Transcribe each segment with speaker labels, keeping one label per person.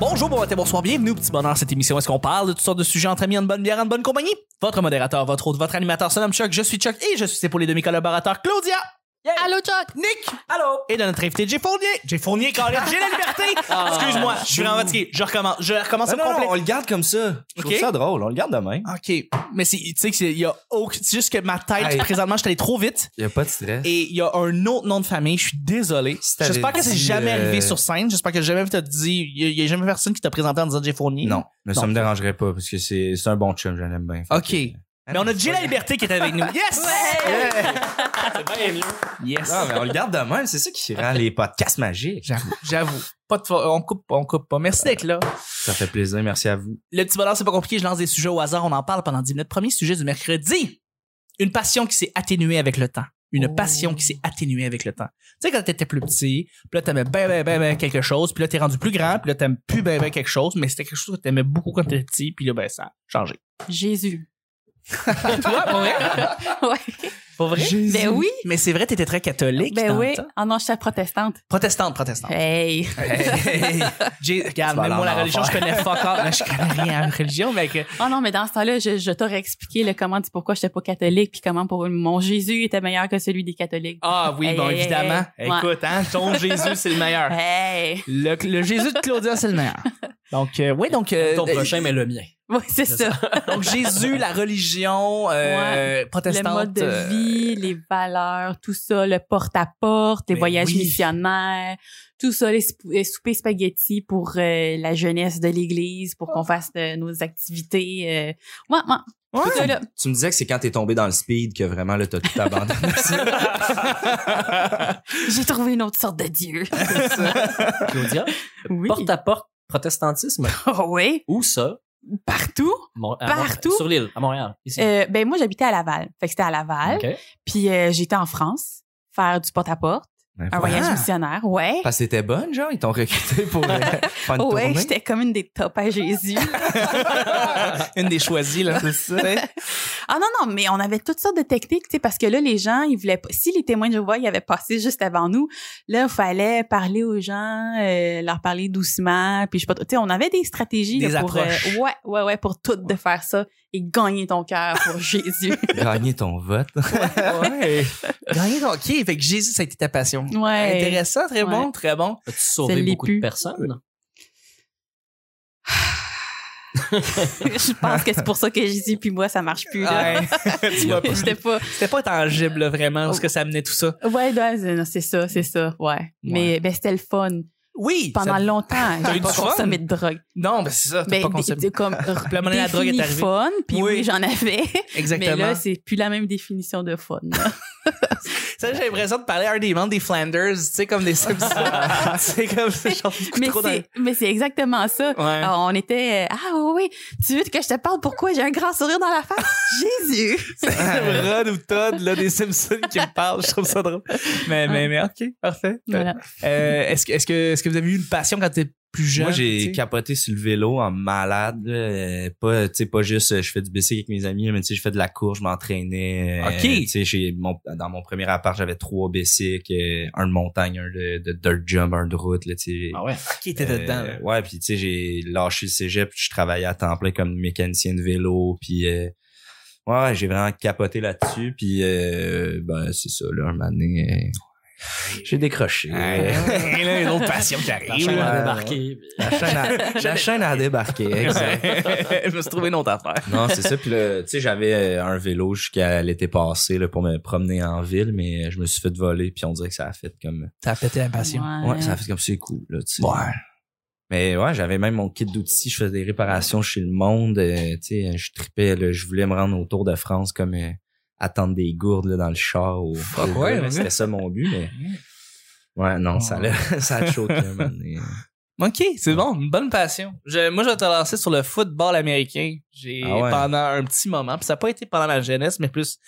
Speaker 1: bon matin, bonsoir, bienvenue au petit bonheur. Cette émission, où est-ce qu'on parle de toutes sortes de sujets entre amis, en bonne bière, en bonne compagnie? Votre modérateur, votre hôte, votre animateur, son nomme Chuck, je suis Chuck et je suis épaulé de mes collaborateurs Claudia,
Speaker 2: Allô, Chuck!
Speaker 1: Nick
Speaker 3: Allô?
Speaker 1: et de notre invité Jay Fournier. Jay Fournier, Colin, j'ai la liberté! Excuse-moi, je suis vraiment fatigué. Je recommence, je recommence
Speaker 3: Ah. Non,
Speaker 1: au
Speaker 3: non,
Speaker 1: complet.
Speaker 3: non, on le garde comme ça. Je trouve
Speaker 1: Ok.
Speaker 3: ça drôle, on le garde demain.
Speaker 1: Ok, mais c'est- tu sais que c'est- il y a aucun- c'est juste que ma tête
Speaker 4: Hey.
Speaker 1: présentement, je suis allé trop vite
Speaker 4: Il a pas de stress.
Speaker 1: et il y a un autre nom de famille. Je suis désolé.
Speaker 4: Si t'avais
Speaker 1: J'espère que c'est
Speaker 4: dit,
Speaker 1: jamais arrivé
Speaker 4: euh,
Speaker 1: sur scène. J'espère que jamais t'as dit, il y a- il y, a jamais personne qui t'a présenté en disant Jay Fournier.
Speaker 3: Non, mais ça
Speaker 1: Non.
Speaker 3: me dérangerait pas parce que c'est c'est un bon chum, je l'aime bien. Fait
Speaker 1: Ok.
Speaker 3: que-
Speaker 1: Mais on a Jay la liberté qui est avec nous. Yes. Yes.
Speaker 3: Non, Ah, mais on le garde demain, c'est ça qui rend les podcasts magiques.
Speaker 1: J'avoue, j'avoue. Pas de, fa- on coupe, on coupe pas. Merci d'être là.
Speaker 3: Ça fait plaisir, merci à vous.
Speaker 1: Le petit bonheur, c'est pas compliqué. Je lance des sujets au hasard. On en parle pendant 10 minutes. Premier sujet du mercredi. Une passion qui s'est atténuée avec le temps. Une passion qui s'est atténuée avec le temps. Tu sais, quand t'étais plus petit, puis là, t'aimais ben, ben, ben, ben quelque chose, puis là, t'es rendu plus grand, puis là, t'aimes plus ben, ben quelque chose, mais c'était quelque chose que t'aimais beaucoup quand t'étais petit, puis là, ben, ça a changé.
Speaker 2: Jésus.
Speaker 1: Toi, pour vrai?
Speaker 2: Ouais.
Speaker 1: Pour vrai?
Speaker 2: Ben oui.
Speaker 1: Mais c'est vrai, t'étais très catholique.
Speaker 2: Ben
Speaker 1: dans le
Speaker 2: oui.
Speaker 1: temps.
Speaker 2: Ah non, je suis protestante.
Speaker 1: Protestante, protestante.
Speaker 2: Hey.
Speaker 1: J'ai, regarde,
Speaker 3: Tu vas
Speaker 1: même moi,
Speaker 3: aller
Speaker 1: la
Speaker 3: en
Speaker 1: religion, je
Speaker 3: enfer.
Speaker 1: connais fuck off. Mais Je connais rien à la religion, mais que
Speaker 2: Ah non, mais dans ce temps-là, je, je t'aurais expliqué le comment du pourquoi j'étais pas catholique puis comment pour mon Jésus était meilleur que celui des catholiques.
Speaker 1: Ah oui,
Speaker 2: Hey,
Speaker 1: bon,
Speaker 2: hey,
Speaker 1: évidemment.
Speaker 2: hey.
Speaker 1: Écoute, hein, ton Jésus, c'est le meilleur.
Speaker 2: Hey.
Speaker 1: Le, le Jésus de Claudia, c'est le meilleur. Donc, euh, oui, donc... euh,
Speaker 4: Ton
Speaker 1: euh,
Speaker 4: prochain, mais le mien.
Speaker 2: Oui, c'est ça.
Speaker 1: Donc, Jésus, la religion euh,
Speaker 2: Le
Speaker 1: protestante.
Speaker 2: mode de
Speaker 1: euh,
Speaker 2: vie, les valeurs, tout ça, le porte-à-porte, les
Speaker 1: Mais
Speaker 2: voyages
Speaker 1: Ben oui.
Speaker 2: missionnaires, tout ça, les, sp- les soupers spaghetti pour euh, la jeunesse de l'Église, pour qu'on fasse de- nos activités. euh, Ouais, ouais. Tout ça, là.
Speaker 3: Tu me disais que c'est quand t'es tombé dans le speed que vraiment là t'as tout abandonné.
Speaker 2: J'ai trouvé une autre sorte de Dieu.
Speaker 4: Claudia,
Speaker 2: Oui.
Speaker 4: porte à porte protestantisme.
Speaker 2: Oh oui,
Speaker 4: Où ça?
Speaker 2: partout.
Speaker 4: Mon- à Mont-
Speaker 2: Partout?
Speaker 4: Sur l'île, à Montréal. Ici.
Speaker 2: Euh, ben moi, j'habitais à Laval. Fait que c'était à Laval.
Speaker 4: OK.
Speaker 2: Puis euh, j'étais en France faire du porte-à-porte,
Speaker 3: Ben,
Speaker 2: un
Speaker 1: Ah
Speaker 3: voilà.
Speaker 2: voyage missionnaire. Ouais.
Speaker 3: Parce que t'étais bonne, genre, ils t'ont recruté pour euh, faire une
Speaker 2: ouais,
Speaker 3: tournée.
Speaker 2: j'étais comme une des top à Jésus.
Speaker 1: Une des choisies, là. C'est ça.
Speaker 2: ah non, non, mais on avait toutes sortes de techniques, tu sais, parce que là, les gens, ils voulaient pas... Si les témoins de Jéhovah, ils avaient passé juste avant nous, là, il fallait parler aux gens, euh, leur parler doucement, puis je sais pas... Tu sais, on avait des stratégies
Speaker 1: Des
Speaker 2: là, pour... euh,
Speaker 1: approches.
Speaker 2: ouais, ouais, ouais, pour toutes de faire ça et gagner ton cœur pour Jésus.
Speaker 3: Gagner ton vote. ouais.
Speaker 1: Gagner ton OK. Fait que Jésus, ça a été ta passion.
Speaker 2: Ouais.
Speaker 1: Intéressant, très
Speaker 2: Ouais.
Speaker 1: bon, très bon.
Speaker 4: As-tu
Speaker 2: Ça
Speaker 4: sauvé
Speaker 2: l'est
Speaker 4: beaucoup
Speaker 2: plus.
Speaker 4: de personnes?
Speaker 2: je pense que c'est pour ça que Jésus puis moi, ça marche plus, là.
Speaker 1: Ouais. Tu vois,
Speaker 2: J'étais pas...
Speaker 1: C'était pas tangible, là, vraiment, parce que ça amenait tout ça.
Speaker 2: Ouais, ouais, c'est non, c'est ça, c'est ça, ouais. Mais ben, c'était le fun.
Speaker 1: Oui.
Speaker 2: Pendant
Speaker 1: ça-
Speaker 2: longtemps,
Speaker 1: T'as eu du
Speaker 2: j'ai pas
Speaker 1: fun?
Speaker 2: consommé de drogue.
Speaker 1: Non, ben c'est ça. T'as
Speaker 2: Ben,
Speaker 1: pas
Speaker 2: des-
Speaker 1: consommé.
Speaker 2: des- comme
Speaker 1: la monnaie de la drogue est
Speaker 2: défini
Speaker 1: arrivée.
Speaker 2: fun, puis oui,
Speaker 1: Oui.
Speaker 2: j'en avais.
Speaker 1: Exactement.
Speaker 2: Mais là, c'est plus la même définition de fun.
Speaker 1: Ça, j'ai l'impression de parler à un des membres des Flanders, tu sais, comme des Simpsons. c'est comme, c'est genre beaucoup
Speaker 2: mais,
Speaker 1: trop dans...
Speaker 2: c'est, mais c'est exactement ça.
Speaker 1: Ouais.
Speaker 2: Ah, on était euh, ah oui, oui, tu veux que je te parle pourquoi j'ai un grand sourire dans la face Jésus.
Speaker 1: Rod ou Todd, là, des Simpsons qui me parlent, je trouve ça drôle. Mais, mais, mais, ok, parfait.
Speaker 2: Voilà.
Speaker 1: Euh, est-ce, que- est-ce, que, est-ce que vous avez eu une passion quand t'étais plus jeune?
Speaker 3: Moi, j'ai
Speaker 1: tu sais?
Speaker 3: capoté sur le vélo en malade. là. Euh, Pas, tu sais, pas juste euh, je fais du bicycle avec mes amis, mais tu sais, je fais de la course, je m'entraînais. euh,
Speaker 1: Ok.
Speaker 3: Tu sais, j'ai mon- dans mon premier appart, j'avais trois bicycles, euh, un de montagne, un de, de dirt jump, un de route. Là, tu sais.
Speaker 4: Ah ouais.
Speaker 1: qui était
Speaker 3: Euh,
Speaker 1: dedans. là?
Speaker 3: ouais, puis tu sais, j'ai lâché le cégep, puis je travaillais à temps plein comme mécanicien de vélo, puis euh, ouais, ouais, j'ai vraiment capoté là-dessus, puis euh, ben c'est ça, là, un moment donné, euh, j'ai décroché.
Speaker 1: Et là, il y a une autre passion qui
Speaker 4: La
Speaker 1: arrive.
Speaker 4: chaîne
Speaker 1: là.
Speaker 4: a débarqué.
Speaker 3: La chaîne a, la chaîne a débarqué, exact.
Speaker 1: Ouais. Je me suis trouvé une autre affaire.
Speaker 3: Non, c'est ça. Puis là, tu sais, j'avais euh, un vélo jusqu'à l'été passé là, pour me promener en ville, mais je me suis fait voler, puis on dirait que ça a fait comme...
Speaker 1: T'as pété la passion.
Speaker 3: Ouais, ça a fait comme c'est cool, là, tu sais. Mais ouais, j'avais même mon kit d'outils, je faisais des réparations chez le monde, euh, tu sais, je tripais, là, je voulais me rendre au Tour de France comme euh, attendre des gourdes là, dans le char. Au, au-
Speaker 1: ouais,
Speaker 3: là,
Speaker 1: ouais.
Speaker 3: C'était ça mon but, mais... Ouais, non, ça l'a ça a choqué un moment donné.
Speaker 1: Ok, c'est bon, une bonne passion. Je- moi, je vais te lancer sur le football américain. J'ai
Speaker 3: Ah ouais.
Speaker 1: pendant un petit moment, puis ça n'a pas été pendant ma jeunesse, mais plus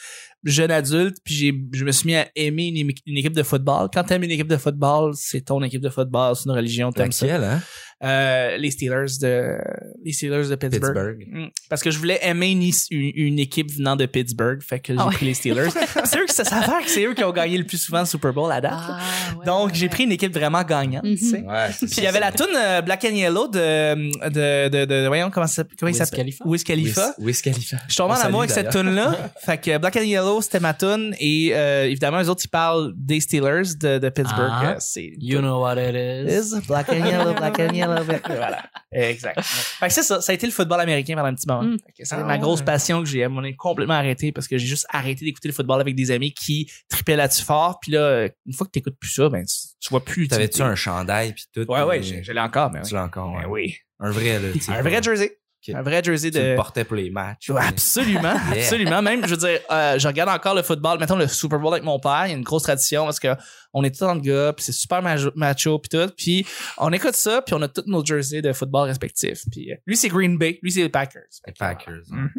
Speaker 1: jeune adulte, puis j'ai, je me suis mis à aimer une, émi- une équipe de football. Quand t'aimes une équipe de football, c'est ton équipe de football, c'est une religion, t'aimes ça.
Speaker 3: Laquelle, hein?
Speaker 1: Euh, les Steelers de, les Steelers de Pittsburgh.
Speaker 3: Pittsburgh.
Speaker 1: Mm. Parce que je voulais aimer une, is- une- une équipe venant de Pittsburgh, fait que j'ai
Speaker 2: Ah ouais.
Speaker 1: pris les Steelers. c'est eux qui ça s'avère que c'est eux qui ont gagné le plus souvent le Super Bowl à date. là.
Speaker 2: Ah
Speaker 1: Ah, Donc j'ai pris une équipe vraiment gagnante.
Speaker 2: Mhm.
Speaker 1: tu sais.
Speaker 3: Ouais.
Speaker 1: Puis il y avait la tune Black and Yellow de, de, de, de- voyons comment, ça, comment il
Speaker 4: Wiz
Speaker 1: s'appelle
Speaker 4: Khalifa?
Speaker 1: Wiz Khalifa.
Speaker 3: Wiz Khalifa.
Speaker 1: Je suis tombé
Speaker 3: On
Speaker 1: en amour avec
Speaker 3: salue,
Speaker 1: cette tune là Fait que Black and Yellow, c'était ma tune Et euh, évidemment, eux autres, ils parlent des Steelers de, de Pittsburgh.
Speaker 4: Ah.
Speaker 1: Euh, C'est
Speaker 4: You know what it is.
Speaker 1: Is Black and Yellow, Black and Yellow. Black- voilà. Exact. Fait que c'est ça. Ça a été le football américain pendant un petit moment.
Speaker 2: Mm.
Speaker 1: Fait que C'est ma grosse passion que j'ai on est complètement arrêté parce que j'ai juste arrêté d'écouter le football avec des amis qui tripaient là-dessus fort. Puis là, euh, une fois que t'écoutes plus ça, ben, tu, tu vois plus.
Speaker 3: T'avais-tu un chandail puis tout?
Speaker 1: Ouais, ouais,
Speaker 3: puis-
Speaker 1: j'ai- je l'ai encore, mais ouais.
Speaker 3: Tu l'as encore, ouais.
Speaker 1: Ben oui.
Speaker 3: Un vrai, là. tu sais,
Speaker 1: Un vrai jersey.
Speaker 3: Ok.
Speaker 1: Un vrai jersey
Speaker 3: Tu le
Speaker 1: de.
Speaker 3: portais pour les matchs. euh,
Speaker 1: Ouais, Absolument,
Speaker 3: Yeah.
Speaker 1: absolument. Même, je veux dire, euh, je regarde encore le football, mettons le Super Bowl avec mon père, il y a une grosse tradition parce que on est tout en gars, puis c'est super majo- macho, puis tout. Puis on écoute ça, puis on a tous nos jerseys de football respectifs. Puis euh, lui, c'est Green Bay, lui, c'est les Packers.
Speaker 3: Les Packers.
Speaker 1: Mhm.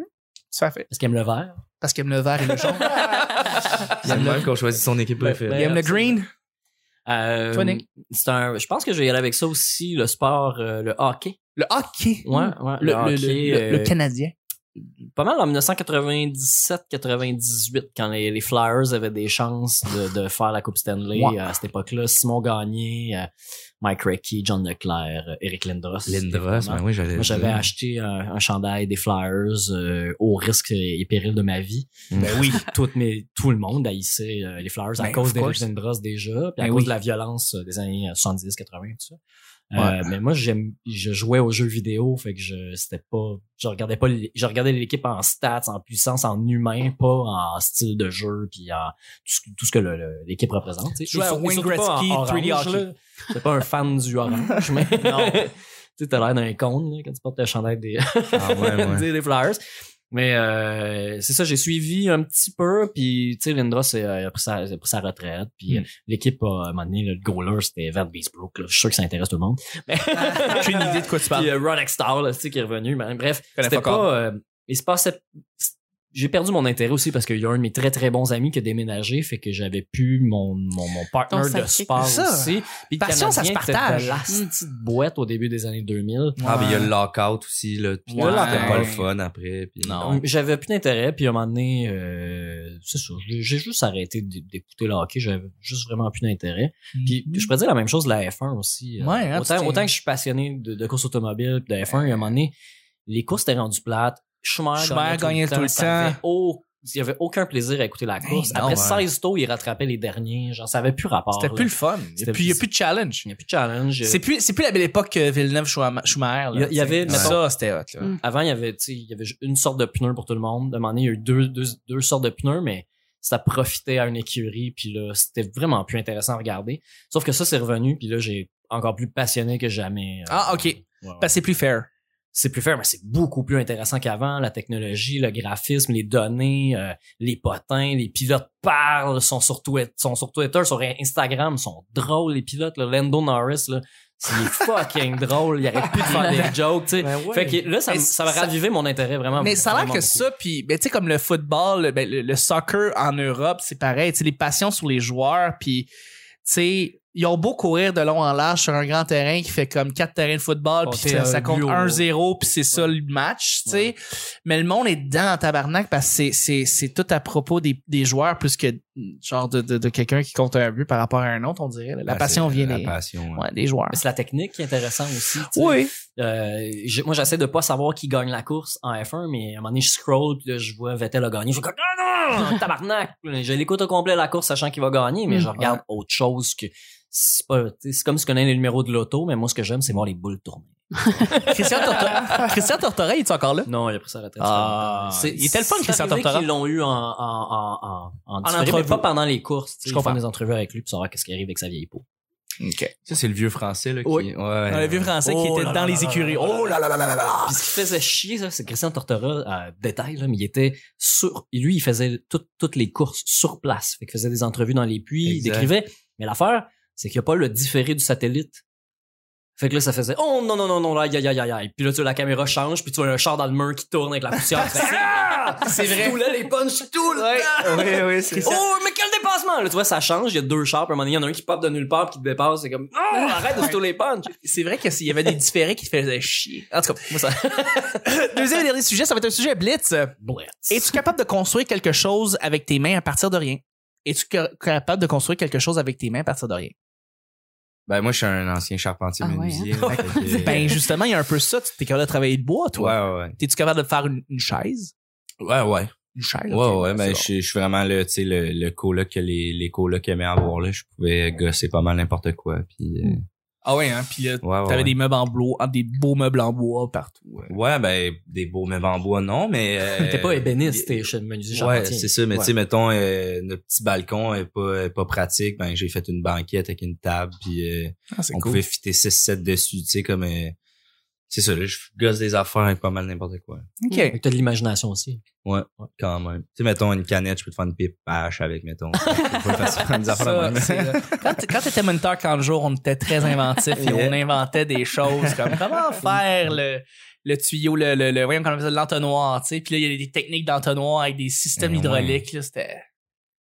Speaker 1: Ça fait.
Speaker 4: Est-ce qu'il aime le verre?
Speaker 1: Parce qu'il aime le vert et le jaune.
Speaker 3: Il y a le même qu'on choisit son équipe
Speaker 1: il
Speaker 3: préférée.
Speaker 1: aime le green.
Speaker 4: Euh,
Speaker 1: Toi, Nick?
Speaker 4: C'est un. Je pense que je vais y aller avec ça aussi, le sport, euh, le hockey. Hmm.
Speaker 1: Le hockey.
Speaker 4: Ouais, ouais.
Speaker 1: Le, le-
Speaker 4: hockey,
Speaker 1: le- le- le
Speaker 4: euh,
Speaker 1: Canadien.
Speaker 4: pas mal en 1997-98 quand les, les Flyers avaient des chances de, de faire la Coupe Stanley
Speaker 1: Ouais.
Speaker 4: à cette époque-là. Simon Gagné, euh, Mike Recchi, John Leclerc, euh, Eric Lindros.
Speaker 3: Lindros, ben
Speaker 4: Évidemment.
Speaker 3: oui, j'allais
Speaker 4: Moi,
Speaker 3: le
Speaker 4: j'avais
Speaker 3: dire.
Speaker 4: acheté un, un chandail des Flyers euh, au risque et péril de ma vie.
Speaker 3: Ben
Speaker 4: oui. tout, mais, tout le monde haïssait euh, les Flyers à
Speaker 1: Ben,
Speaker 4: cause
Speaker 1: of
Speaker 4: d'Eric
Speaker 1: course.
Speaker 4: Lindros déjà, puis à
Speaker 1: Ben
Speaker 4: cause
Speaker 1: oui.
Speaker 4: de la violence euh, des années 70-80 tout ça. Euh, mais moi j'aime je jouais aux jeux vidéo fait que je c'était pas je regardais pas les- je regardais l'équipe en stats en puissance en humain pas en style de jeu puis en tout ce, tout ce que le- le- l'équipe représente tu sais.
Speaker 1: Jouais
Speaker 4: Et
Speaker 1: à
Speaker 4: sur- et
Speaker 1: Wayne
Speaker 4: surtout pas en
Speaker 1: Gretzky,
Speaker 4: orange,
Speaker 1: 3D hockey.
Speaker 4: là. j'étais pas un fan du orange mais non tu sais t'as l'air d'un con là, quand tu portes le chandail des
Speaker 3: Ah, ouais, ouais.
Speaker 4: des, des Flyers. Mais euh, c'est ça, j'ai suivi un petit peu, puis tu sais, Lindros euh, il a, pris sa, il a pris sa retraite, puis
Speaker 1: Mm.
Speaker 4: euh, l'équipe a, à un moment donné, là, le goaler, c'était Van Beesbrook, là. je suis sûr que ça intéresse tout le monde.
Speaker 1: J'ai une idée de quoi tu parles.
Speaker 4: Puis euh, Ron Extall, là, tu sais, qui est revenu, mais bref,
Speaker 1: connais
Speaker 4: c'était
Speaker 1: pas encore.
Speaker 4: pas... euh, il se passait... J'ai perdu mon intérêt aussi parce qu'il y a un de mes très très bons amis qui a déménagé, fait que j'avais plus mon, mon, mon
Speaker 2: Ton
Speaker 4: partner de
Speaker 2: sidekick.
Speaker 4: sport
Speaker 1: Ça.
Speaker 4: aussi. Puis le
Speaker 1: Passion, ça se
Speaker 4: Canadien était
Speaker 1: partage. Hmm.
Speaker 4: de la petite boîte au début des années 2000.
Speaker 3: Ah, ben il y a le lockout aussi, là. Puis
Speaker 1: Ouais.
Speaker 3: là, c'était pas le fun après. Puis Ah,
Speaker 4: Non. J'avais plus d'intérêt, puis à un moment donné, euh, c'est ça, j'ai j'ai juste arrêté d'é- d'écouter le hockey, j'avais juste vraiment plus d'intérêt. Puis je pourrais dire la même chose de la F1 aussi. euh,
Speaker 1: Mm-hmm. Ouais, hein,
Speaker 4: autant,
Speaker 1: c'était-
Speaker 4: autant que je suis passionné de, de course automobile, puis de F1, il y a un moment donné, les courses étaient rendues plates, Schumacher,
Speaker 1: Schumacher gagnait tout le
Speaker 4: ça
Speaker 1: temps.
Speaker 4: avait au- il y avait aucun plaisir à écouter la course.
Speaker 1: non,
Speaker 4: Après
Speaker 1: ouais.
Speaker 4: 16 tours, il rattrapait les derniers. Genre, ça avait plus rapport.
Speaker 1: C'était
Speaker 4: là.
Speaker 1: plus le fun.
Speaker 4: C'était
Speaker 1: Et puis il y a
Speaker 4: plus-
Speaker 1: plus de challenge.
Speaker 4: Il n'y a plus de challenge.
Speaker 1: C'est plus, c'est plus la belle époque que Villeneuve-Schumacher. là,
Speaker 4: Il y a- il y avait,
Speaker 1: t'sais.
Speaker 4: mettons-
Speaker 1: ça, c'était hot. là.
Speaker 2: Mm.
Speaker 4: Avant, il y avait, tu sais, il y avait une sorte de pneu pour tout le monde. De un moment donné, il y a eu deux, deux, deux sortes de pneus, mais ça profitait à une écurie, puis là, c'était vraiment plus intéressant à regarder. Sauf que ça, c'est revenu, puis là, j'ai encore plus passionné que jamais. euh,
Speaker 1: Ah, ok.
Speaker 4: ouais, ouais.
Speaker 1: Parce que c'est plus fair.
Speaker 4: C'est plus fair, mais c'est beaucoup plus intéressant qu'avant. La technologie, le graphisme, les données, euh, les potins, les pilotes parlent, sont sur, Twitter, sont sur Twitter, sur Instagram, sont drôles, les pilotes. Là. Lando Norris, là, c'est fucking drôle. Il arrête plus de faire des jokes, tu sais. Fait que là, ça,
Speaker 1: Ben Mais
Speaker 4: me- ça va
Speaker 1: ça-
Speaker 4: raviver mon intérêt vraiment.
Speaker 1: Mais ça a l'air
Speaker 4: vraiment
Speaker 1: que
Speaker 4: beaucoup.
Speaker 1: ça, puis ben, tu sais, comme le football, le, ben, le- le soccer en Europe, c'est pareil. Tu sais, les passions sur les joueurs, puis tu sais, ils ont beau courir de long en large sur un grand terrain qui fait comme quatre terrains de football, puis
Speaker 4: Compter
Speaker 1: ça,
Speaker 4: un
Speaker 1: ça compte
Speaker 4: but au-
Speaker 1: 1-0, puis c'est ça le match, tu sais.
Speaker 4: Ouais.
Speaker 1: Mais le monde est dedans en tabarnak parce que c'est- c'est c'est tout à propos des, des joueurs plus que genre de, de, de quelqu'un qui compte un but par rapport à un autre, on dirait. là. La
Speaker 3: Ah,
Speaker 1: passion
Speaker 3: c'est-
Speaker 1: vient
Speaker 3: La
Speaker 1: des,
Speaker 3: passion, ouais.
Speaker 1: ouais, des joueurs.
Speaker 4: Mais c'est la technique qui est intéressante aussi. tu sais.
Speaker 1: Oui.
Speaker 4: Euh, j'ai- moi, j'essaie de pas savoir qui gagne la course en F1, mais à un moment donné, je scroll, puis là, je vois Vettel a gagné. Je fais comme, ah non, tabarnak! Je l'écoute au complet la course, sachant qu'il va gagner, mais
Speaker 1: Mm.
Speaker 4: je regarde autre chose que. C'est pas, tu sais, c'est comme si je connais les numéros de l'auto, mais moi, ce que j'aime, c'est voir les boules tourner.
Speaker 1: Christian, Tortora, Christian Tortora, il est encore là?
Speaker 4: Non, il a pris sa retraite.
Speaker 1: Ah,
Speaker 4: C'est-
Speaker 1: il était le fun,
Speaker 4: c'est
Speaker 1: Christian
Speaker 4: arrivé
Speaker 1: Tortora.
Speaker 4: qu'ils l'ont eu en, en, en, en, en, différé, mais
Speaker 1: entrevue.
Speaker 4: pas pendant les courses. tu sais,
Speaker 1: Je comprends.
Speaker 4: faire des entrevues avec lui pour savoir qu'est-ce qui arrive avec sa vieille peau.
Speaker 1: OK.
Speaker 3: Ça, c'est le vieux français, là. Qui...
Speaker 1: Oui.
Speaker 3: Ouais, ouais,
Speaker 1: On a vu
Speaker 3: ouais.
Speaker 1: français qui
Speaker 4: Oh
Speaker 1: était
Speaker 4: là
Speaker 1: dans
Speaker 4: là
Speaker 1: les
Speaker 4: là
Speaker 1: écuries.
Speaker 4: là là
Speaker 1: Oh là là là là là là!
Speaker 4: Puis ce qui faisait chier, ça, c'est Christian Tortora, euh, détail, là, mais il était sur. Lui, il faisait tout- toutes les courses sur place. Fait qu'il faisait des entrevues dans les puits, il
Speaker 3: Exact.
Speaker 4: décrivait. Mais l'affaire, c'est qu'il n'y a pas le différé du satellite. Fait que là, ça faisait Oh non, non, non, non, aïe, aïe, aïe, aïe, aïe. Puis là, tu vois, la caméra change, puis tu vois un char dans le mur qui tourne avec la poussière. Tu fais, Ah!
Speaker 1: C'est vrai.
Speaker 4: Tout là, les punch, tout là.
Speaker 3: oui, oui, c'est ça.
Speaker 4: Oh, mais quel dépassement! Là, tu vois, ça change. Il y a deux chars, puis à un moment donné, il y en a un qui pop de nulle part, puis qui te dépasse. C'est comme, oh, arrête de se tourner les punch!
Speaker 1: C'est vrai qu'il y avait des différés qui te faisaient chier. En tout cas, moi, ça. Deuxième et dernier sujet, ça va être un sujet blitz.
Speaker 4: Blitz.
Speaker 1: Es-tu capable de construire quelque chose avec tes mains à partir de rien? Es-tu ca- capable de construire quelque chose avec tes mains à partir de rien?
Speaker 3: Ben, moi, je suis un ancien charpentier
Speaker 2: Ah ouais,
Speaker 3: menuisier.
Speaker 1: Ben, justement, il y a un peu ça. Tu es capable de travailler de bois,
Speaker 3: Ouais,
Speaker 1: toi.
Speaker 3: ouais.
Speaker 1: T'es-tu capable de faire une, une chaise?
Speaker 3: Ouais, ouais.
Speaker 1: Une chaise?
Speaker 3: Ouais,
Speaker 1: ok,
Speaker 3: ouais. Ben,
Speaker 1: c'est
Speaker 3: je suis- je suis vraiment le, tu sais, le, le coloc que les, les colocs aimaient avoir, là. Je pouvais gosser pas mal n'importe quoi. Puis, euh,
Speaker 1: bon. Ah ouais, hein? Puis là,
Speaker 3: ouais, ouais,
Speaker 1: t'avais
Speaker 3: ouais.
Speaker 1: des meubles en bois, ah, des beaux meubles en bois partout. hein.
Speaker 3: Ouais, ben, des beaux meubles en bois, non, mais. euh,
Speaker 4: T'es pas ébéniste, t'es chez le menuisier
Speaker 3: Ouais,
Speaker 4: charpentier.
Speaker 3: c'est ça. Mais
Speaker 4: Ouais.
Speaker 3: tu sais, mettons, euh, notre petit balcon est pas, est pas pratique. Ben, j'ai fait une banquette avec une table, puis euh,
Speaker 1: Ah, c'est
Speaker 3: on
Speaker 1: cool.
Speaker 3: pouvait fitter 6-7 dessus, tu sais, comme... euh, c'est ça, là, je gosse des affaires avec pas mal n'importe quoi,
Speaker 1: OK.
Speaker 4: Fait que T'as de l'imagination aussi.
Speaker 3: quand même. Tu sais, mettons, une canette, je peux te faire une pipe à hache avec, mettons. Je peux pas faire des affaires de
Speaker 1: Ça,
Speaker 3: même.
Speaker 1: c'est- euh, quand t- quand t'étais moniteur 40 jours, on était très inventif et on inventait des choses comme comment faire le, le tuyau, le, le, le voyons comment on appelle ça, l'entonnoir, tu sais. Puis là, il y a des techniques d'entonnoir avec des systèmes
Speaker 3: Eh ouais.
Speaker 1: hydrauliques, là, c'était...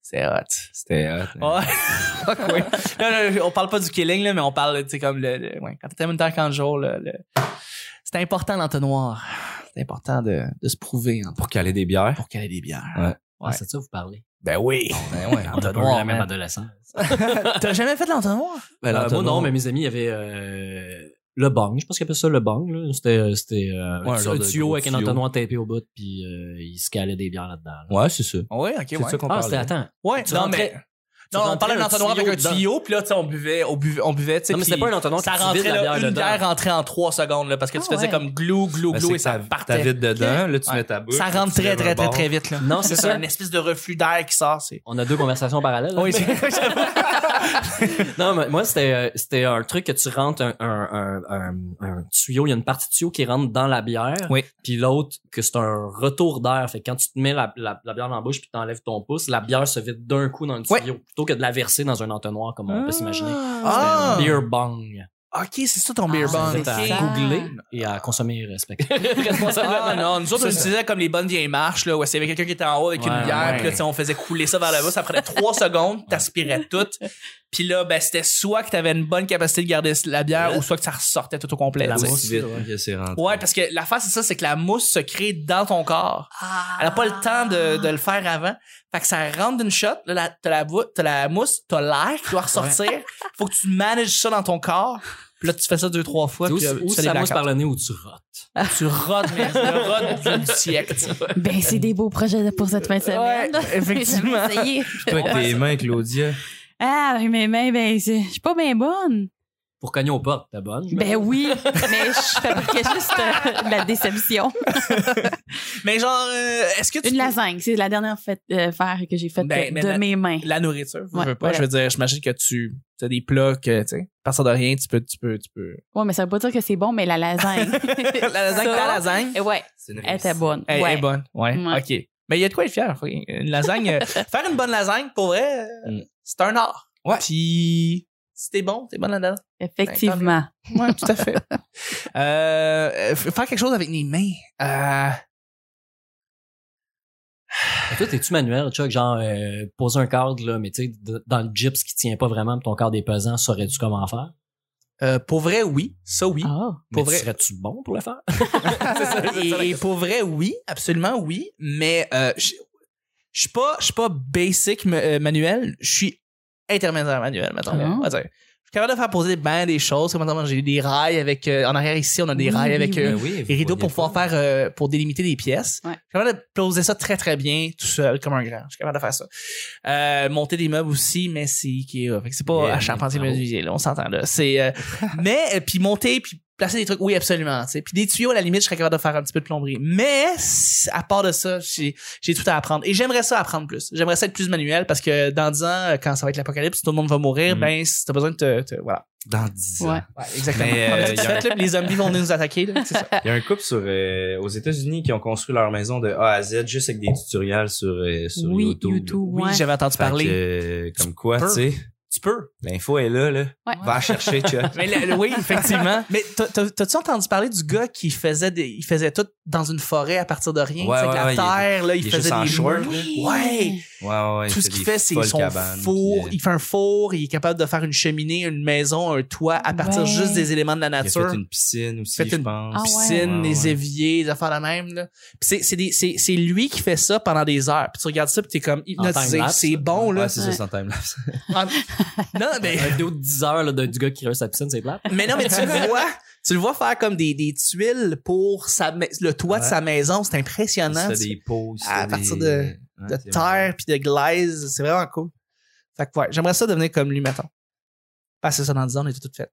Speaker 1: C'est hot.
Speaker 3: C'était hot. hein.
Speaker 1: Ouais. Fuck, oui. Non, non, on parle pas du killing, là, mais on parle, tu sais, comme le, le- ouais, quand t'étais moniteur 40 jours, là, le- c'était important l'entonnoir. C'était important de, de se prouver en-
Speaker 3: Pour caler des bières.
Speaker 1: pour qu'elle ait des bières.
Speaker 4: Ah, c'est de ça que vous parlez.
Speaker 1: Ben oui.
Speaker 3: Ben ouais.
Speaker 4: On a pas eu
Speaker 1: Entonnoir,
Speaker 4: la même
Speaker 1: man.
Speaker 4: adolescence.
Speaker 1: T'as jamais fait de l'entonnoir?
Speaker 3: Ben,
Speaker 4: Euh, moi,
Speaker 3: l'entonnoir.
Speaker 4: non, mais mes amis, il y avait euh, le bang. Je pense qu'ils appellent ça le bang. là. C'était euh, c'était, euh,
Speaker 3: Ouais, un
Speaker 4: un,
Speaker 3: genre de
Speaker 4: tuyau
Speaker 3: gros
Speaker 4: avec un
Speaker 3: tuyau.
Speaker 4: entonnoir tapé au bout, puis euh, ils se calaient des bières là-dedans. là.
Speaker 3: Ouais, c'est ça.
Speaker 1: Oui, ok,
Speaker 3: C'est de ça qu'on
Speaker 4: Ah,
Speaker 3: parle.
Speaker 4: c'était, attends.
Speaker 1: Ouais,
Speaker 4: Tu
Speaker 1: non,
Speaker 4: rentrais-
Speaker 1: mais.
Speaker 4: tu
Speaker 1: Non, on
Speaker 4: rentrais
Speaker 1: parlait d'un
Speaker 4: un
Speaker 1: entonnoir avec un
Speaker 4: tuyau dedans.
Speaker 1: tuyau, puis là, tu sais, on buvait, on buvait, on buvait, tu sais.
Speaker 4: Non, mais c'était
Speaker 1: puis
Speaker 4: pas un entonnoir
Speaker 1: Ça
Speaker 4: qui tu vides
Speaker 1: rentrait,
Speaker 4: la
Speaker 1: là,
Speaker 4: bière
Speaker 1: une
Speaker 4: dedans.
Speaker 1: bière rentrait en trois secondes, là, parce que tu
Speaker 2: Ah
Speaker 1: faisais
Speaker 2: ouais.
Speaker 1: comme glou, glou,
Speaker 3: Ben,
Speaker 1: glou,
Speaker 3: c'est
Speaker 1: et
Speaker 3: que
Speaker 1: ça
Speaker 3: t'as-
Speaker 1: partait.
Speaker 3: T'as vite dedans, là, tu
Speaker 1: Ouais.
Speaker 3: mets ta bouche.
Speaker 1: Ça rentre
Speaker 3: tu lèves
Speaker 1: très, très,
Speaker 3: un
Speaker 1: très,
Speaker 3: bord.
Speaker 1: très vite, là.
Speaker 4: Non, c'est
Speaker 1: C'est
Speaker 4: ça.
Speaker 1: une espèce de reflux d'air qui sort, c'est.
Speaker 4: On a deux conversations parallèles. là.
Speaker 1: Oui, c'est-
Speaker 4: non, mais moi, c'était, euh, c'était un truc que tu rentres un, un, un, un, un tuyau. Il y a une partie de tuyau qui rentre dans la bière.
Speaker 1: Oui.
Speaker 4: Puis l'autre, que c'est un retour d'air. Fait que quand tu te mets la, la, la bière dans la bouche puis t'enlèves ton pouce, la bière se vide d'un coup dans le
Speaker 1: Oui.
Speaker 4: tuyau. Plutôt que de la verser dans un entonnoir, comme on peut s'imaginer.
Speaker 1: Ah.
Speaker 4: C'était un beer bong.
Speaker 1: ok, c'est ça ton beer
Speaker 2: Ah,
Speaker 1: bong.
Speaker 4: C'était à
Speaker 2: c'est
Speaker 1: Ok.
Speaker 2: ça.
Speaker 4: googler et à consommer respect.
Speaker 1: Ah
Speaker 4: responsablement.
Speaker 1: non, nous autres, on utilisait comme les bonnes vieilles marches, là, où il y avait quelqu'un qui était en haut avec
Speaker 4: Ouais,
Speaker 1: une bière,
Speaker 4: ouais.
Speaker 1: puis là, tu sais, on faisait couler ça vers le bas, ça prenait trois secondes, t'aspirais tout. Puis là, ben, c'était soit que t'avais une bonne capacité de garder la bière, ou soit que ça ressortait tout au complet.
Speaker 4: La
Speaker 1: tu sais.
Speaker 3: C'est
Speaker 4: mousse,
Speaker 3: si vite
Speaker 4: ouais.
Speaker 3: que c'est rentré.
Speaker 1: Ouais, parce que l'affaire, c'est ça, c'est que la mousse se crée dans ton corps.
Speaker 2: Ah.
Speaker 1: Elle n'a pas le temps de, de le faire avant. Fait que ça rentre d'une shot, là, la- t'as la, vo- t'as la mousse, t'as l'air qui doit ressortir. Faut que tu manages ça dans ton corps. Puis là, tu fais ça deux, trois fois,
Speaker 4: Ou,
Speaker 1: puis là, tu
Speaker 4: ou
Speaker 1: fais des
Speaker 4: ça mousse par
Speaker 1: blackouts.
Speaker 4: le nez ou tu rotes.
Speaker 1: Tu rodes, mais le rod du siècle. tu sais.
Speaker 2: Ben, c'est des beaux projets pour cette fin de semaine.
Speaker 1: Ouais, effectivement.
Speaker 2: J'ai jamais essayé.
Speaker 3: Toi, avec tes mains, Claudia.
Speaker 2: Ah, mais, mais, ben, c'est- je suis pas bien bonne.
Speaker 4: Pour cogner aux portes, t'es bonne.
Speaker 2: Ben oui, mais je fabriquais juste euh, de la déception.
Speaker 1: Mais genre, euh, est-ce que tu.
Speaker 2: Une lasagne, c'est la dernière fête, euh, faire que j'ai faite
Speaker 1: Ben,
Speaker 2: euh,
Speaker 1: mais
Speaker 2: de
Speaker 1: la-
Speaker 2: mes mains.
Speaker 1: La nourriture, je
Speaker 2: Ouais,
Speaker 1: veux pas.
Speaker 2: voilà.
Speaker 1: Je veux dire, j'imagine que tu. T'as des plats que, tu sais, partir de rien, tu peux, tu peux, tu peux.
Speaker 2: Ouais, mais ça veut pas dire que c'est bon, mais la lasagne.
Speaker 1: La lasagne,
Speaker 2: Ça,
Speaker 1: la lasagne.
Speaker 2: eh Ouais,
Speaker 3: C'est une
Speaker 2: elle était bonne.
Speaker 1: Elle
Speaker 2: ouais.
Speaker 1: est bonne. Ouais.
Speaker 2: Ouais.
Speaker 1: OK. Mais il y a de quoi être fier. Faut- Une lasagne. euh, faire une bonne lasagne, pour vrai, euh,
Speaker 3: Mm.
Speaker 1: c'est un art.
Speaker 3: Ouais.
Speaker 1: Puis, si t'es bon, t'es bonne là-dedans.
Speaker 2: Effectivement.
Speaker 1: Ouais, tout à fait. Euh, euh, f- faire quelque chose avec les mains. Euh,
Speaker 4: Mais Toi, t'es-tu manuel, Chuck? Genre, euh, poser un cadre, là, mais tu sais, d- dans le gyps qui tient pas vraiment, pis ton cadre est pesant, saurais-tu comment faire?
Speaker 1: euh, pour vrai, oui. Ça, oui.
Speaker 2: Ah.
Speaker 1: Pour
Speaker 4: Pour
Speaker 1: vrai.
Speaker 4: Serais-tu bon pour le faire?
Speaker 1: et, et pour vrai, oui, absolument oui. Mais euh, je je suis pas, je suis pas basic ma- euh, manuel. Je suis intermédiaire manuel, maintenant.
Speaker 2: Ah.
Speaker 1: On va dire. Je suis capable de faire poser ben des choses. Comme maintenant, j'ai des rails avec euh, en arrière ici, on a des
Speaker 2: Oui,
Speaker 1: rails
Speaker 2: oui,
Speaker 1: avec
Speaker 2: oui.
Speaker 1: euh,
Speaker 3: Ben oui,
Speaker 1: les
Speaker 3: vous
Speaker 1: rideaux pour
Speaker 3: voyez
Speaker 1: pouvoir faire
Speaker 3: pas.
Speaker 1: euh, pour délimiter les pièces.
Speaker 2: Ouais.
Speaker 1: Je suis capable de poser ça très très bien tout seul comme un grand. Je suis capable de faire ça. Euh, monter des meubles aussi, mais c'est Ikea. Fait que c'est pas
Speaker 3: Yeah,
Speaker 1: à charpentier
Speaker 4: bravo.
Speaker 1: menuisier là, on s'entend là. C'est euh, mais euh, puis monter puis placer des trucs, oui absolument. tu sais. Puis des tuyaux à la limite, je serais capable de faire un petit peu de plomberie. Mais c- à part de ça, j'ai j'ai tout à apprendre et j'aimerais ça apprendre plus. J'aimerais ça être plus manuel parce que dans 10 ans, euh, quand ça va être l'apocalypse, tout le monde va mourir.
Speaker 3: Mm.
Speaker 1: Ben si t'as besoin de te, te- voilà.
Speaker 3: Dans 10 ans.
Speaker 2: Ouais.
Speaker 1: Ouais, exactement.
Speaker 3: Mais, euh,
Speaker 1: Comme tu
Speaker 3: y a
Speaker 1: fais, là, les zombies vont venir nous attaquer. là, c'est ça.
Speaker 3: Il y a un couple sur, euh, aux États-Unis qui ont construit leur maison de A à Z juste avec des tutoriels sur, euh, sur
Speaker 2: oui,
Speaker 3: YouTube.
Speaker 2: YouTube,
Speaker 1: Oui,
Speaker 2: ouais.
Speaker 1: j'avais entendu
Speaker 3: Fait que,
Speaker 1: parler.
Speaker 3: euh, comme quoi,
Speaker 1: Peu.
Speaker 3: tu sais.
Speaker 1: Tu peux.
Speaker 3: L'info est là, là.
Speaker 2: Ouais.
Speaker 3: Va la chercher, Chuck.
Speaker 1: Mais le- le- oui, effectivement. Mais t'as- t'as- t'as-tu entendu parler du gars qui faisait des, il faisait tout dans une forêt à partir de rien,
Speaker 3: Ouais,
Speaker 1: tu sais, avec
Speaker 3: ouais,
Speaker 1: la
Speaker 3: ouais, il est-
Speaker 1: terre, là, il,
Speaker 3: il est
Speaker 1: faisait
Speaker 3: juste en
Speaker 1: des
Speaker 3: short,
Speaker 1: murs.
Speaker 3: là.
Speaker 1: Ouais.
Speaker 3: Ouais, ouais, ouais,
Speaker 1: tout ce qu'il
Speaker 3: des
Speaker 1: fait, c'est
Speaker 3: folles
Speaker 1: son
Speaker 3: cabanes,
Speaker 1: four.
Speaker 3: puis, euh,
Speaker 1: Il fait un four, il est capable de faire une cheminée, une maison, un toit à partir
Speaker 2: Ouais.
Speaker 1: juste des éléments de la
Speaker 3: il a
Speaker 1: nature.
Speaker 3: fait une piscine aussi,
Speaker 1: Fait
Speaker 3: je
Speaker 1: une
Speaker 3: pense.
Speaker 2: Ah ouais.
Speaker 1: piscine,
Speaker 3: Ouais,
Speaker 1: les
Speaker 3: ouais.
Speaker 1: éviers, des affaires la même. Là. Puis c'est, c'est, des- c'est, c'est lui qui fait ça pendant des heures. Puis tu regardes ça, puis t'es comme hypnotisé.
Speaker 4: time-lapse,
Speaker 1: C'est
Speaker 4: ça.
Speaker 1: bon, là.
Speaker 3: Ouais, c'est
Speaker 2: Ouais.
Speaker 3: ça, c'est en timelapse.
Speaker 1: non, mais,
Speaker 4: Un vidéo de 10 heures là, de- du gars qui crève sa piscine, c'est plate.
Speaker 1: mais non, mais tu le vois. Tu le vois faire comme des, des tuiles pour sa, ma- le toit de
Speaker 3: Ouais.
Speaker 1: sa maison. C'est impressionnant.
Speaker 3: Il se fait des pauses.
Speaker 1: à partir de- de terre puis de glaise. C'est vraiment cool. Fait que ouais, j'aimerais ça devenir comme lui, mettons. Passer ça dans 10 ans, on est tout fait.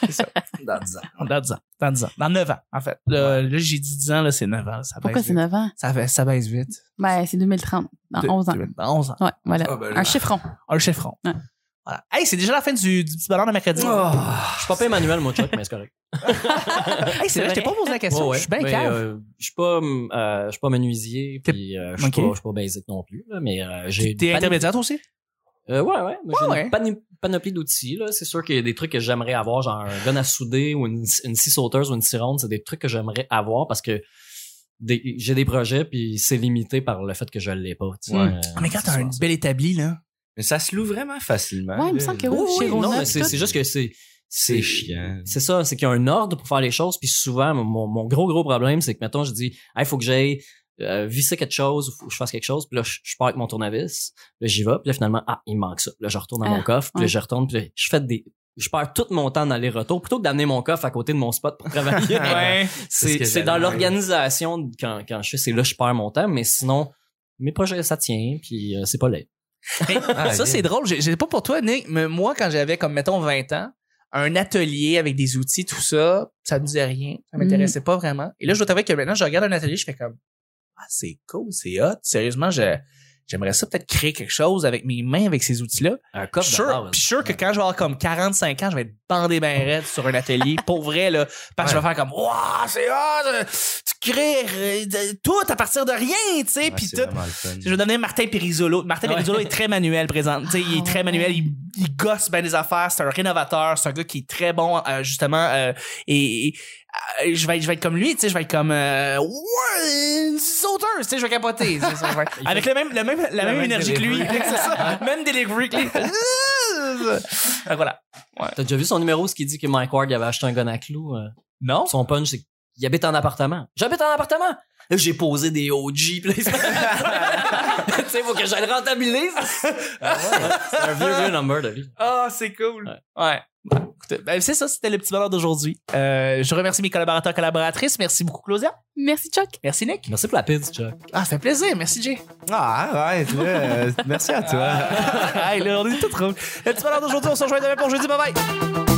Speaker 1: C'est ça.
Speaker 3: Dans 10 ans.
Speaker 1: Dans 10 ans. Dans 10 ans. Dans 9 ans, en fait. Là, là, j'ai dit 10 ans, là, c'est 9 ans. là, Ça baisse
Speaker 2: Pourquoi c'est
Speaker 1: vite.
Speaker 2: 9 ans?
Speaker 1: Ça, fait- ça baisse vite.
Speaker 2: Ben, c'est 2030, dans
Speaker 1: De-
Speaker 2: 11 ans.
Speaker 1: de- Dans 11 ans.
Speaker 2: Ouais, voilà.
Speaker 3: Ah, ben là.
Speaker 2: Un chiffron.
Speaker 1: Un chiffron.
Speaker 2: Ouais.
Speaker 1: Voilà. Hey, c'est déjà la fin du, du petit ballon de mercredi.
Speaker 3: Oh.
Speaker 4: Je suis pas pas Emmanuel, mon Chuck, mais c'est correct.
Speaker 1: Hey, c'est
Speaker 4: C'est
Speaker 1: vrai, je t'ai
Speaker 4: vrai.
Speaker 1: pas posé la question.
Speaker 4: Ouais, ouais.
Speaker 1: Je suis bien
Speaker 4: Mais,
Speaker 1: calme.
Speaker 4: euh, je suis pas, hum, euh, je suis pas menuisier,
Speaker 1: T'es-
Speaker 4: puis euh, je suis
Speaker 1: Ok.
Speaker 4: pas, je suis pas basic non plus, là, mais euh, j'ai.
Speaker 1: T'es
Speaker 4: une panoplie-
Speaker 1: intermédiaire, toi aussi?
Speaker 4: Euh, ouais, ouais. Moi, j'ai
Speaker 1: Ouais, ouais.
Speaker 4: une pani- panoplie d'outils, là. C'est sûr qu'il y a des trucs que j'aimerais avoir, genre un gun à souder ou une, une scie sauteuse ou une scie ronde. C'est des trucs que j'aimerais avoir parce que des- j'ai des projets, puis c'est limité par le fait que je l'ai pas. tu sais.
Speaker 1: Ouais.
Speaker 4: Euh,
Speaker 1: Ah, mais quand
Speaker 4: c'est
Speaker 1: t'as
Speaker 4: ça.
Speaker 1: un bel établi, là.
Speaker 3: Mais ça se loue vraiment facilement.
Speaker 2: Ouais, il me
Speaker 3: là.
Speaker 2: semble que oui.
Speaker 4: Oui,
Speaker 2: chez
Speaker 4: oui, non,
Speaker 2: Rona,
Speaker 4: mais c'est
Speaker 2: puis
Speaker 4: c'est juste que c'est.
Speaker 3: C'est chiant.
Speaker 4: C'est ça, c'est qu'il y a un ordre pour faire les choses, puis souvent, mon, mon gros, gros problème, c'est que, mettons, je dis, il faut que j'aille euh, visser quelque chose, ou faut que je fasse quelque chose, puis là, je, je pars avec mon tournevis, là, j'y vais, puis là, finalement, ah, il me manque ça. Là, je retourne à mon
Speaker 2: Ah,
Speaker 4: coffre, puis là,
Speaker 2: ouais.
Speaker 4: je retourne, puis là, je fais des. Je perds tout mon temps dans les retours plutôt que d'amener mon coffre à côté de mon spot pour travailler.
Speaker 3: C'est ce
Speaker 4: c'est
Speaker 3: que
Speaker 4: c'est dans
Speaker 3: j'allais dire.
Speaker 4: l'organisation de- quand, quand je fais, c'est là que je perds mon temps, mais sinon, mes projets, ça tient, puis euh, c'est pas laid.
Speaker 1: Mais
Speaker 3: Ah,
Speaker 1: ça,
Speaker 3: bien.
Speaker 1: c'est drôle. J'ai j'ai pas pour toi, Nick, mais moi, quand j'avais, comme, mettons, 20 ans, un atelier avec des outils, tout ça, ça me disait rien. Ça m'intéressait pas vraiment. Et là, je dois t'avouer que maintenant, je regarde un atelier, je fais comme, ah, c'est cool, c'est hot. Sérieusement, je- J'aimerais ça peut-être créer quelque chose avec mes mains, avec ces outils-là.
Speaker 3: Euh,
Speaker 4: Un
Speaker 1: Puis
Speaker 4: coffre de
Speaker 1: Sûr,
Speaker 4: base.
Speaker 1: puis sûr que quand je vais avoir comme 45 ans, je vais être bandé ben raide sur un atelier, pour vrai, là. Parce que je vais faire comme, waouh, c'est hot! euh, Tu crées euh, de- tout à partir de rien, tu sais,
Speaker 3: Ouais,
Speaker 1: puis
Speaker 3: c'est
Speaker 1: tout.
Speaker 3: vraiment le fun.
Speaker 1: Je vais donner Martin Perisolo. Martin
Speaker 4: Ouais.
Speaker 1: Perisolo est très manuel présent. Tu sais, il est
Speaker 2: Ah
Speaker 1: très
Speaker 2: ouais.
Speaker 1: manuel, il, il gosse bien des affaires, c'est un rénovateur, c'est un gars qui est très bon euh, justement euh, et, et, euh, je vais je vais être comme lui, tu sais, je vais être comme euh, ouais, une sauteuse, tu sais, je vais capoter. C'est ça, ouais.
Speaker 4: Il
Speaker 1: Avec le même le même la, même,
Speaker 3: même
Speaker 1: énergie que lui,
Speaker 3: delivery.
Speaker 1: c'est ça. même delivery que lui. Fait que voilà.
Speaker 4: T'as déjà vu son numéro, ce qui dit que Mike Ward il avait acheté un gun à clous? euh,
Speaker 1: Non.
Speaker 4: son punch, c'est qu'il habite en appartement. J'habite en appartement! Là, j'ai posé des OG, pis là, il se- Tu sais, faut que je le rentabilise. Ah c'est un vieux, vieux number de vie.
Speaker 1: Ah, c'est cool.
Speaker 4: Ouais.
Speaker 1: Ouais. Bon, écoutez, ben, c'est ça, c'était le petit bonheur d'aujourd'hui. Euh, je remercie mes collaborateurs, collaboratrices. Merci beaucoup, Claudia.
Speaker 2: Merci, Chuck.
Speaker 1: Merci, Nick.
Speaker 4: Merci pour la pizza, Chuck.
Speaker 1: Ah, ça fait plaisir. Merci, Jay.
Speaker 3: Ah, arrête, là. euh, Merci à toi.
Speaker 1: Ah, là, on est tout trop. Le petit bonheur d'aujourd'hui, on se rejoint demain pour jeudi. Bye bye.